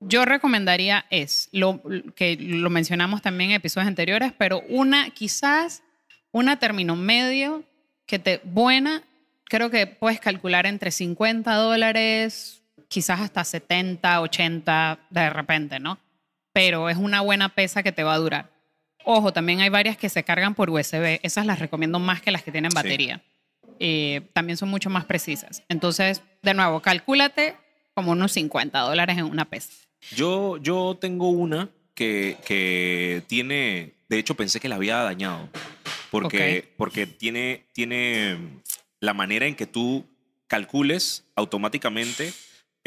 yo recomendaría es, lo, que lo mencionamos también en episodios anteriores, pero una, quizás una término medio que te buena, creo que puedes calcular entre 50 dólares, quizás hasta 70, 80 de repente, ¿no? Pero es una buena pesa que te va a durar. Ojo, también hay varias que se cargan por USB. Esas las recomiendo más que las que tienen Sí. batería. Eh, también son mucho más precisas. Entonces, de nuevo, calcúlate como unos 50 dólares en una pesa. Yo, yo tengo una que, que tiene, de hecho pensé que la había dañado, porque, porque tiene, tiene la manera en que tú calcules automáticamente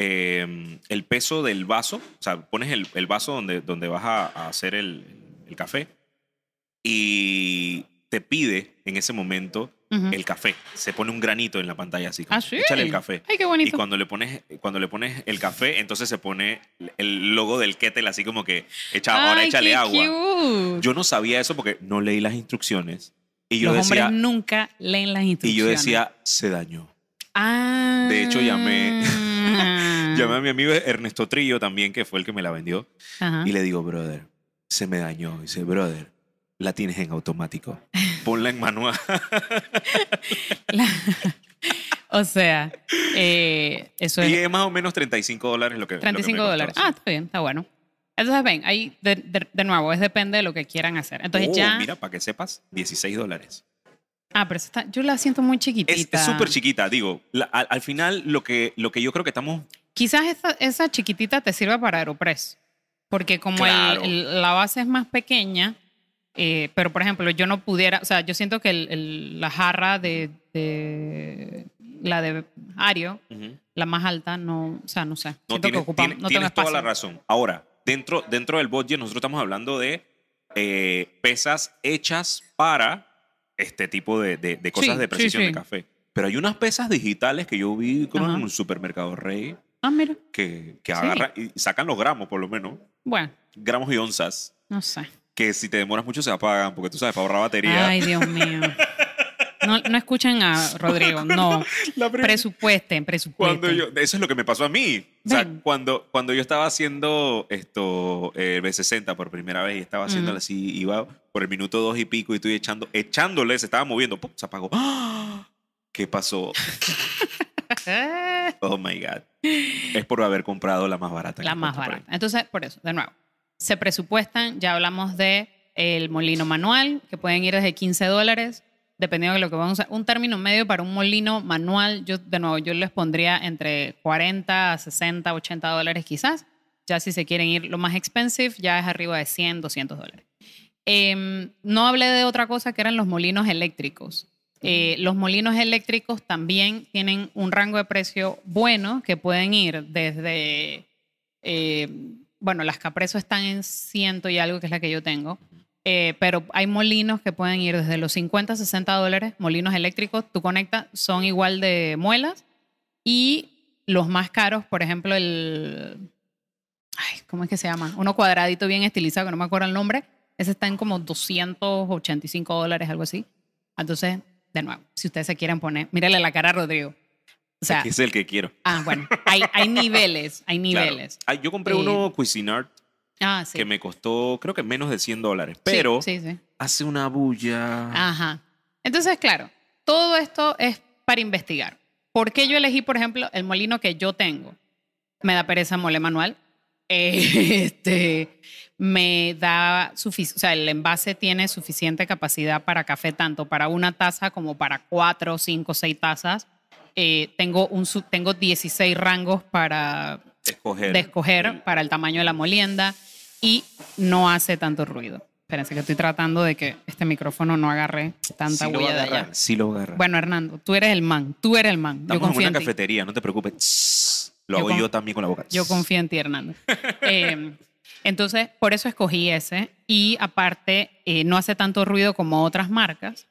eh, el peso del vaso, o sea, pones el, el vaso donde, donde vas a, a hacer el, el café y te pide en ese momento Ujú. el café, se pone un granito en la pantalla así, como, Ah, sí. échale el café. Ay, qué Y bonito. cuando le pones, cuando le pones el café, entonces se pone el logo del kettle así como que echa, ahora Ay, échale qué agua. cute. Yo no sabía eso porque no leí las instrucciones. Y yo Los decía, hombres nunca leen las y yo instrucciones. decía, se dañó. Ah. De hecho, llamé- Llamé a mi amigo Ernesto Trillo también, que fue el que me la vendió, Ajá. y le digo, brother, se me dañó. Dice, brother, la tienes en automático. Ponla en manual. La- o sea, eh, eso y es es más o menos 35 dólares lo que lo que me 35 costó, dólares. sí. Ah, está bien, está bueno. Entonces, ven, ahí de, de- de nuevo, es depende de lo que quieran hacer. Entonces Oh, ya... Mira, para que sepas, 16 dólares. Ah, pero esa está, yo la siento muy Es chiquitita. es súper chiquita, digo. la- al, al final, lo que, lo que yo creo que estamos. Quizás esa, esa chiquitita te sirva para Aeropress, porque como el- Claro. el- la base es más pequeña, eh, pero por ejemplo, yo no pudiera, o sea, yo siento que el- el- la jarra de, de- la de Ario, la más alta, no, o sea, no sé, No siento que tienes, ocupa, tiene- no tengo tienes toda espacio. la razón. Ahora, dentro, dentro del budget, nosotros estamos hablando de eh, pesas hechas para este tipo de, de- de cosas Sí, de sí, precisión sí. de café. Pero hay unas pesas digitales que yo vi creo, Ajá. en un supermercado rey Ah, mira. que, que agarra y sacan los gramos, por lo menos, Bueno, gramos y onzas, no sé. que si te demoras mucho se apagan, porque tú sabes, para ahorrar batería. Ay, Dios mío. No, no escuchen a Rodrigo, no. La prim- Presupuesten, Cuando presupuesten. yo, eso es lo que me pasó a mí. O sea, Ven. cuando, cuando yo estaba haciendo esto, eh, el B60 por primera vez, y estaba haciéndolo Ujú. así, iba por el minuto dos y pico, y estoy echando, echándole, se estaba moviendo, ¡pum! se apagó. ¡Ah! ¿Qué pasó? Ah, Oh my God. Es por haber comprado la más barata. que La más encontré por ahí. barata. Entonces, por eso, de nuevo, se presupuestan, ya hablamos de el molino manual, que pueden ir desde 15 dólares, dependiendo de lo que van a usar. Un término medio para un molino manual, yo de nuevo, yo les pondría entre 40 a 60, 80 dólares quizás. Ya si se quieren ir lo más expensive, ya es arriba de 100, 200 dólares. Em, no hablé de otra cosa que eran los molinos eléctricos. Eh, los molinos eléctricos también tienen un rango de precio bueno que pueden ir desde, eh, bueno, las Capreso están en ciento y algo, que es la que yo tengo, eh, pero hay molinos que pueden ir desde los 50 a 60 dólares, molinos eléctricos, tú conectas, son igual de muelas y los más caros, por ejemplo, el... Ay, ¿Cómo es que se llama? Uno cuadradito bien estilizado, que no me acuerdo el nombre. Ese está en como 285 dólares, algo así. Entonces, de nuevo, si ustedes se quieren poner, mírale la cara a Rodrigo. O sea, Es el que quiero. ah, bueno, hay, hay niveles, hay Claro. niveles. Ah, yo compré Eh, uno Cuisinart Ah, sí. que me costó, creo que menos de 100 dólares, Sí, pero Sí, Ah, sí. hace una bulla. Ajá. Entonces, claro, todo esto es para investigar. ¿Por qué yo elegí, por ejemplo, el molino que yo tengo? Me da pereza mole manual. Eh, Este, me da suficiente, o sea, el envase tiene suficiente capacidad para café, tanto para una taza como para cuatro, cinco, seis tazas. Eh, tengo, un, su- tengo 16 rangos para escoger. de escoger el- para el tamaño de la molienda y no hace tanto ruido. Espérense que estoy tratando de que este micrófono no agarre sí tanta lo bulla de agarra, allá. Sí lo agarra. Bueno, Hernando, tú eres el man, tú eres el man. Estamos yo en confío una en, ti. cafetería, no te preocupes. Yo Lo hago con- yo también con la boca. Yo confío en ti, Hernando. Eh, entonces, por eso escogí ese y aparte eh, no hace tanto ruido como otras marcas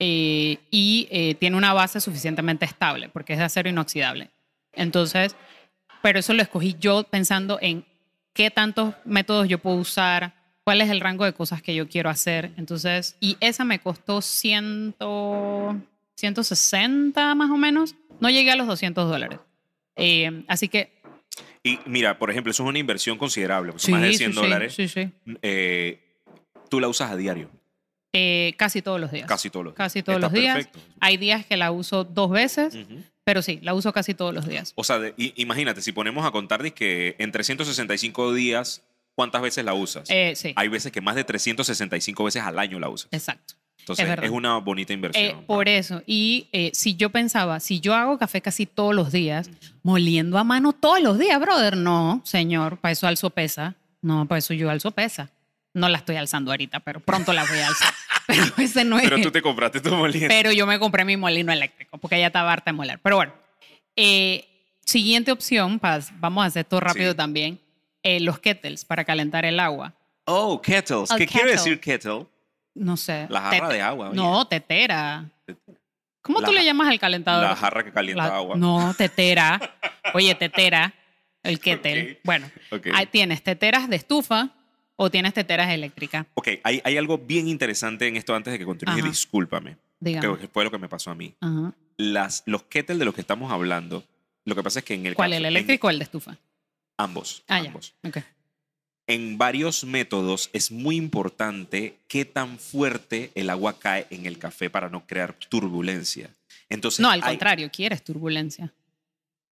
eh, y eh, tiene una base suficientemente estable porque es de acero inoxidable. Entonces, pero eso lo escogí yo pensando en qué tantos métodos yo puedo usar, cuál es el rango de cosas que yo quiero hacer. Entonces, y esa me costó 100, 160 más o menos. No llegué a los 200 dólares. Eh, así que Y mira, por ejemplo, eso es una inversión considerable, pues son más de 100 sí, dólares. Sí, sí. Eh, tú la usas a diario, Eh, casi todos los días. casi todos los días. Casi todos Está los días. perfecto. Hay días que la uso dos veces, Ujú. pero sí, la uso casi todos los días. O sea, de- i- imagínate, si ponemos a contar dice que en 365 días, ¿cuántas veces la usas? Eh, sí, Hay veces que más de 365 veces al año la usas. exacto. Entonces, es es, verdad. una bonita Eh, inversión. por eso, y eh, si yo pensaba, si yo hago café casi todos los días, Mm. moliendo a mano todos los días, brother, no, señor, para eso alzo pesa. No, para eso yo alzo pesa. No la estoy alzando ahorita, pero pronto la voy a alzar. pero ese no es. Pero tú te compraste tu molina. Pero yo me compré mi molino eléctrico porque ya estaba harta de moler. Pero bueno, eh, siguiente opción, pa- vamos a hacer esto rápido Sí. también, eh, los kettles para calentar el agua. Oh, kettles. Oh, ¿Qué kettle. quiere decir kettle? No sé. La tet- jarra de agua. oye. No, tetera. ¿Cómo La tú le ja- llamas al calentador? La jarra que calienta La- agua. No, tetera. Oye, tetera, el kettle. Ok. Bueno, Ok. ahí tienes teteras de estufa o tienes teteras eléctricas. Ok, hay, hay algo bien interesante en esto antes de que continúes. y Ajá. Discúlpame, Digamos. creo que fue lo que me pasó a mí. Ajá. Las, los kettles de los que estamos hablando, lo que pasa es que en el ¿Cuál, café- el en- eléctrico o el de estufa? ambos, Ah, ya. ambos. Ok. En varios métodos es muy importante qué tan fuerte el agua cae en el café para no crear turbulencia. Entonces, No, al hay- contrario, quieres turbulencia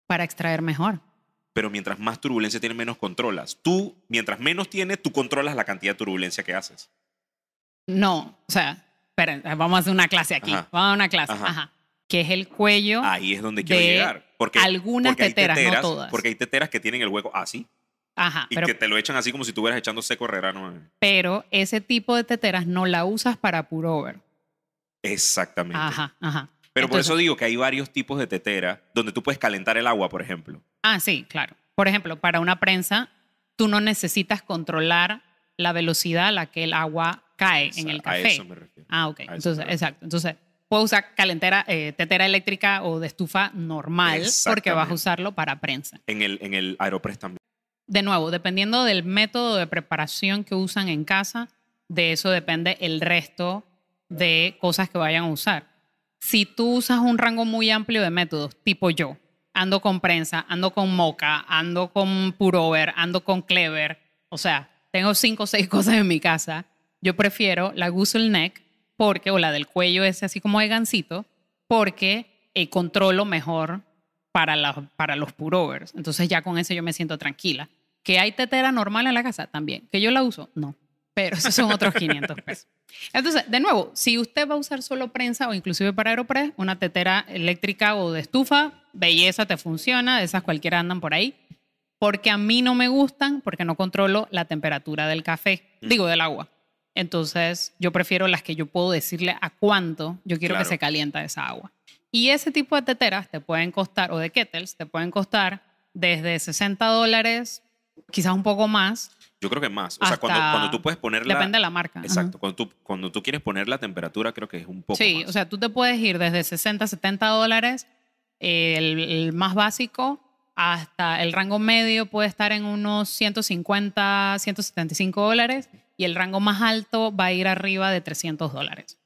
para extraer mejor. Pero mientras más turbulencia tiene, menos controlas. Tú, mientras menos tienes, tú controlas la cantidad de turbulencia que haces. No, o sea, esperen, vamos a hacer una clase aquí. Ajá. Vamos a una clase. Ajá. Ajá. Que es el cuello. Ahí es donde quiero De llegar. Porque, algunas porque hay teteras, no todas. Porque hay teteras que tienen el hueco así. Ajá. Y Pero, que te lo echan así como si estuvieras echando seco herrerano. eh. pero ese tipo de teteras no la usas para pullover. Exactamente. Ajá, ajá. Pero por Entonces- eso digo que hay varios tipos de tetera donde tú puedes calentar el agua, por ejemplo. Ah, sí, claro. Por ejemplo, para una prensa, tú no necesitas controlar la velocidad a la que el agua cae en Esa- el A café. eso me refiero. Ah, ok. A eso Entonces, me refiero. exacto. Entonces, puedo usar calentera, eh, tetera eléctrica o de estufa normal porque vas a Exactamente. usarlo para prensa. En el, en el Aeropress también. De nuevo, dependiendo del método de preparación que usan en casa, de eso depende el resto de cosas que vayan a usar. Si tú usas un rango muy amplio de métodos, tipo yo, ando con prensa, ando con moca, ando con purover, ando con clever, o sea, tengo cinco o seis cosas en mi casa, yo prefiero la neck porque, o la del cuello ese así como de gancito, porque eh, controlo mejor para, la- para los purovers. Entonces ya con ese yo me siento tranquila. ¿Que hay tetera normal en la casa? También. ¿Que yo la uso? No. Pero esos son otros 500 pesos. Entonces, de nuevo, si usted va a usar solo prensa o inclusive para Aeropress, una tetera eléctrica o de estufa, belleza te funciona, de esas cualquiera andan por ahí. Porque a mí no me gustan, porque no controlo la temperatura del café, Mm. digo del agua. Entonces, yo prefiero las que yo puedo decirle a cuánto yo quiero que Claro. se calienta esa agua. Y ese tipo de teteras te pueden costar, o de kettles, te pueden costar desde 60 dólares, quizás un poco más, Yo creo que más. O sea, Hasta- cuando, cuando tú puedes ponerla. depende de la marca. Ajá. Exacto. Cuando tú, cuando tú quieres poner la temperatura, creo que es un poco. Sí, más. o sea, tú te puedes ir desde 60, 70 dólares, eh, el, el más básico, hasta el rango medio puede estar en unos 150, 175 dólares y el rango más alto va a ir arriba de 300 dólares.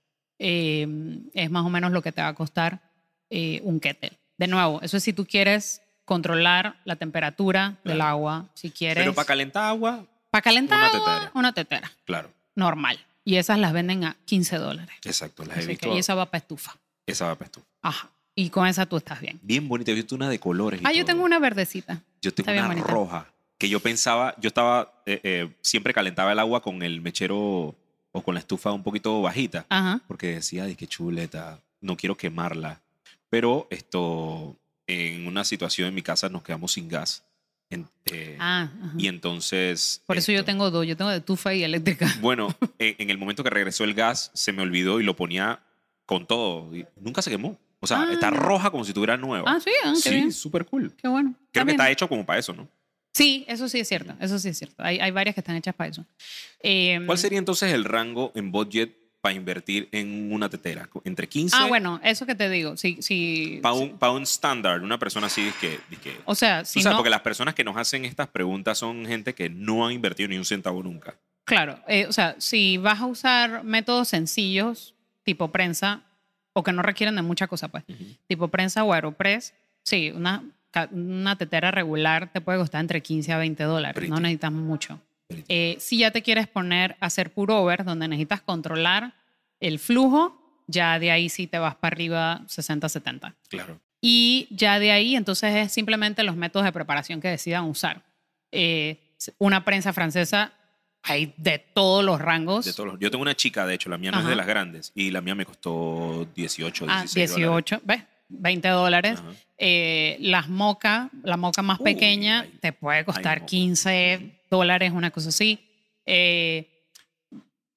Eh, es más o menos lo que te va a costar eh, un kettle. De nuevo, eso es si tú quieres controlar la temperatura del Claro. agua, si quieres... Pero para calentar agua, pa' calentar una agua, tetera. una tetera, claro. normal. Y esas las venden a 15 dólares. Exacto. Las he Así que visto. ahí Esa, esa va para estufa. va para tú. Ajá. Y con esa tú estás bien. Bien bonita. He visto una de colores. y Ah, yo todo. tengo una verdecita. Yo tengo Está bien una bonita. roja que yo pensaba, yo estaba, eh, eh, siempre calentaba el agua con el mechero o con la estufa un poquito bajita, Ajá. porque decía, ay, qué chuleta, no quiero quemarla. Pero esto, en una situación en mi casa nos quedamos sin gas. En- eh, Ah, ajá. Y entonces... Por eso yo esto- tengo dos. Yo tengo de tufa y eléctrica. Bueno, eh, en el momento que regresó el gas, se me olvidó y lo ponía con todo. y nunca se quemó. O sea, Ah, está no. roja como si tuviera nueva. Ah, sí, ah, qué bien. sí, súper cool. Qué bueno. Creo que bien. está hecho como para eso, ¿no? Sí, eso sí es cierto. Eso sí es cierto. Hay, hay varias que están hechas para eso. Eh, ¿Cuál sería entonces el rango en budget para invertir en una tetera? Entre 15 Ah, bueno, eso que te digo. Sí, sí. para sí. un, pa' un estándar, una persona así que... que O sea, Tú si sabes, no. porque las personas que nos hacen estas preguntas son gente que no ha invertido ni un centavo nunca. Claro, eh, o sea, si vas a usar métodos sencillos, tipo prensa, o que no requieren de mucha cosa, pues, tipo prensa o aeropress, sí, una, ca- una tetera regular te puede costar entre 15 a 20 dólares, no Pretty. necesitas mucho. Pretty. Eh, si ya te quieres poner a hacer purover, donde necesitas controlar el flujo, ya de ahí sí te vas para arriba 60, 70. Claro. Y ya de ahí, entonces, es simplemente los métodos de preparación que decidan usar. Eh, una prensa francesa, hay de todos los rangos. De todos los- yo tengo una chica, de hecho, la mía no Ajá. es de las grandes y la mía me costó 18, 16 Ah, dólares. 18, ¿ves? 20 dólares. Ajá. Eh, las moca, la moca más Uy, pequeña, ay, te puede costar moca. 15 dólares, una cosa así. Eh,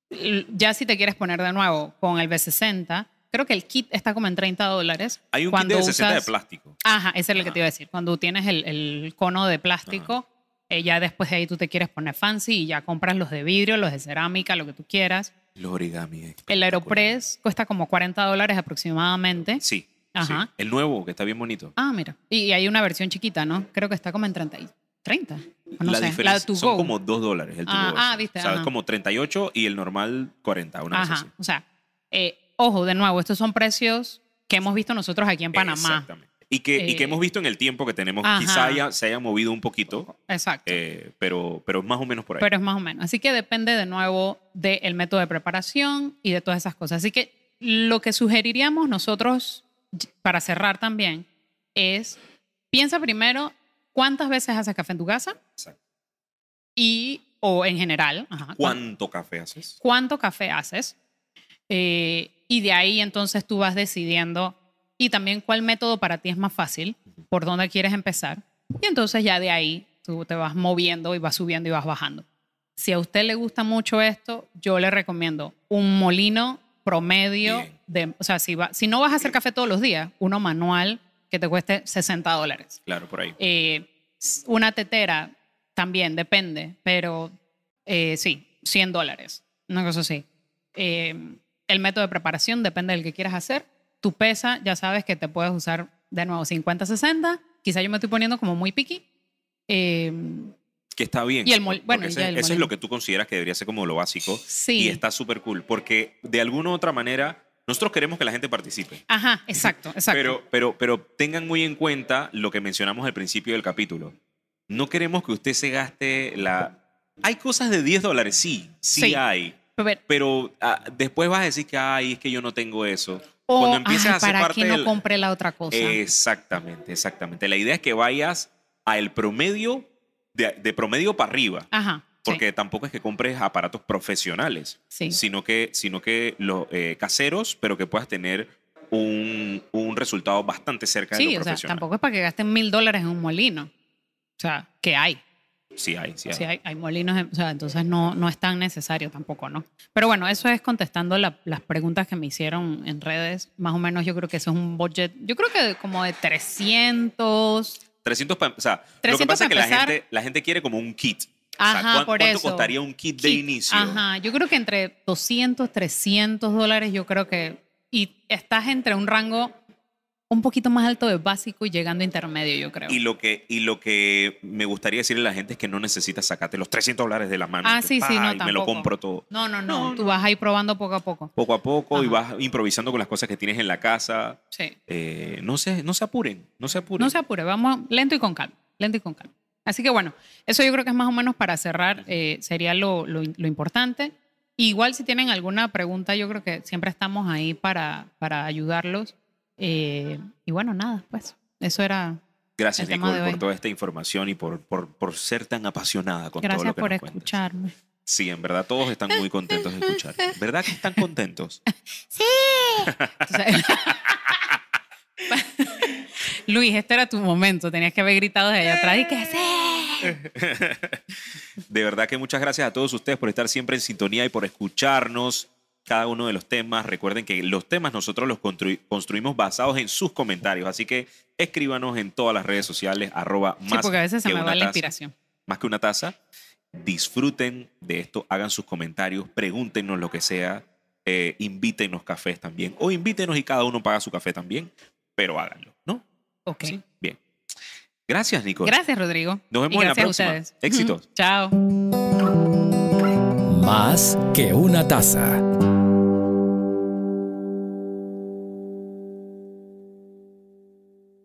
l- ya si te quieres poner de nuevo con el B60, creo que el kit está como en 30 dólares. Hay un kit Cuando de 60 de usas- plástico. Ajá, ese es lo que Ajá. te iba a decir. Cuando tienes el, el cono de plástico, eh, ya después de ahí tú te quieres poner fancy y ya compras los de vidrio, los de cerámica, lo que tú quieras. Los origami. es El espectacular. Aeropress cuesta como 40 dólares aproximadamente. Sí. Ajá. sí. El nuevo, que está bien bonito. Ah, mira. Y hay una versión chiquita, ¿no? Creo que está como en 30. y- 30. o No la sé. diferencia la to son go. como 2 dólares el to Ah, go ah, ese. viste, O sea, es ajá. como 38 y el normal 40, una cosa Ajá. así. O sea, eh, ojo, de nuevo, estos son precios que hemos visto nosotros aquí en Panamá. Exactamente. Y que, y que Eh, hemos visto en el tiempo que tenemos, ajá. quizá haya- se haya movido un poquito, Exacto. eh, pero, pero más o menos por ahí. Pero es más o menos. Así que depende de nuevo del método de preparación y de todas esas cosas. Así que lo que sugeriríamos nosotros, y- para cerrar también, es piensa primero cuántas veces haces café en tu casa Exacto. y, o en general, ajá, cuán- ¿Cuánto café haces? cuánto café haces. Eh, y de ahí entonces tú vas decidiendo y también cuál método para ti es más fácil, por dónde quieres empezar. Y entonces ya de ahí tú te vas moviendo y vas subiendo y vas bajando. Si a usted le gusta mucho esto, yo le recomiendo un molino promedio. Bien. De, o sea, si, va- si no vas a hacer café todos los días, uno manual que te cueste 60 dólares. Claro, por ahí. Eh, s- una tetera también depende, pero eh, sí, 100 dólares, una cosa así. eh, el método de preparación depende del que quieras hacer. Tu pesa, ya sabes que te puedes usar de nuevo 50, 60. Quizá yo me estoy poniendo como muy picky. Eh, Que está bien. Y el mol- porque bueno, ese- ya el eso es molino. lo que tú consideras que debería ser como lo básico. sí. Y está súper cool. Porque de alguna u otra manera, nosotros queremos que la gente participe. Ajá, exacto, exacto. Pero, pero, pero tengan muy en cuenta lo que mencionamos al principio del capítulo. No queremos que usted se gaste la... Hay cosas de 10 dólares, sí, sí, Sí. hay. A ver, Pero ah, después vas a decir que, ay, es que yo no tengo eso. o, Cuando empiezas ay, a hacer ¿para parte qué no ah? del- Eh, compré la otra cosa? Exactamente, exactamente. La idea es que vayas al promedio, de, de promedio para arriba. Ajá. sí, Porque tampoco es que compres aparatos profesionales, sí. sino que, sino que los eh, caseros, pero que puedas tener un, un resultado bastante cerca de Sí, lo o sea, profesional. tampoco es para que gasten mil dólares en un molino. O sea, que hay. Sí hay, sí hay. Sí, hay, hay molinos, en- o sea, entonces no, no es tan necesario tampoco, ¿no? Pero bueno, eso es contestando la- las preguntas que me hicieron en redes. Más o menos yo creo que eso es un budget, yo creo que como de 300. 300 para... O sea, lo que 300 pasa pa es que la empezar. gente, la gente quiere como un kit. o sea, Ajá, ¿cuán- por ¿Cuánto eso. costaría un kit, de Kit, inicio? Ajá, yo creo que entre 200, 300 dólares, yo creo que... Y estás entre un rango un poquito más alto de básico y llegando a intermedio, yo creo. Y lo, que, y lo que me gustaría decirle a la gente es que no necesitas sacarte los 300 dólares de la mano. Ah, que, sí, sí, pa, no, y me lo tampoco. compro todo. No, no, No, no, tú vas a ir probando poco a poco. Poco a poco y Ajá. vas improvisando con las cosas que tienes en la casa. Sí. Eh, no, se, no se apuren, no se apuren. No se apure, vamos lento y con calma, lento y con calma. Así que bueno, eso yo creo que es más o menos para cerrar, eh, sería lo, lo in- lo importante. Igual si tienen alguna pregunta, yo creo que siempre estamos ahí para, para ayudarlos. Eh, y bueno, nada, pues eso era. Gracias, el tema Nicole, de por hoy. toda esta información y por, por, por ser tan apasionada con todo Gracias lo que por nos cuentas. escucharme. Sí, en verdad, todos están muy contentos de escuchar. ¿Verdad que están contentos? Entonces- Luis, este era tu momento, tenías que haber gritado desde allá atrás y que Eh, sí. De verdad que muchas gracias a todos ustedes por estar siempre en sintonía y por escucharnos cada uno de los temas. Recuerden que los temas nosotros los constru- construimos basados en sus comentarios, así que escríbanos en todas las redes sociales, arroba más Sí, porque a veces se que me una va la taza. inspiración. más que una taza. Disfruten de esto, hagan sus comentarios, pregúntenos lo que sea, eh, invítenos cafés también, o invítenos y cada uno paga su café también, pero háganlo, ¿no? Ok. Sí, bien. Gracias, Nicole. Gracias, Rodrigo. Nos vemos Y en la gracias a próxima. ustedes. Éxitos. Chao. Más que una taza.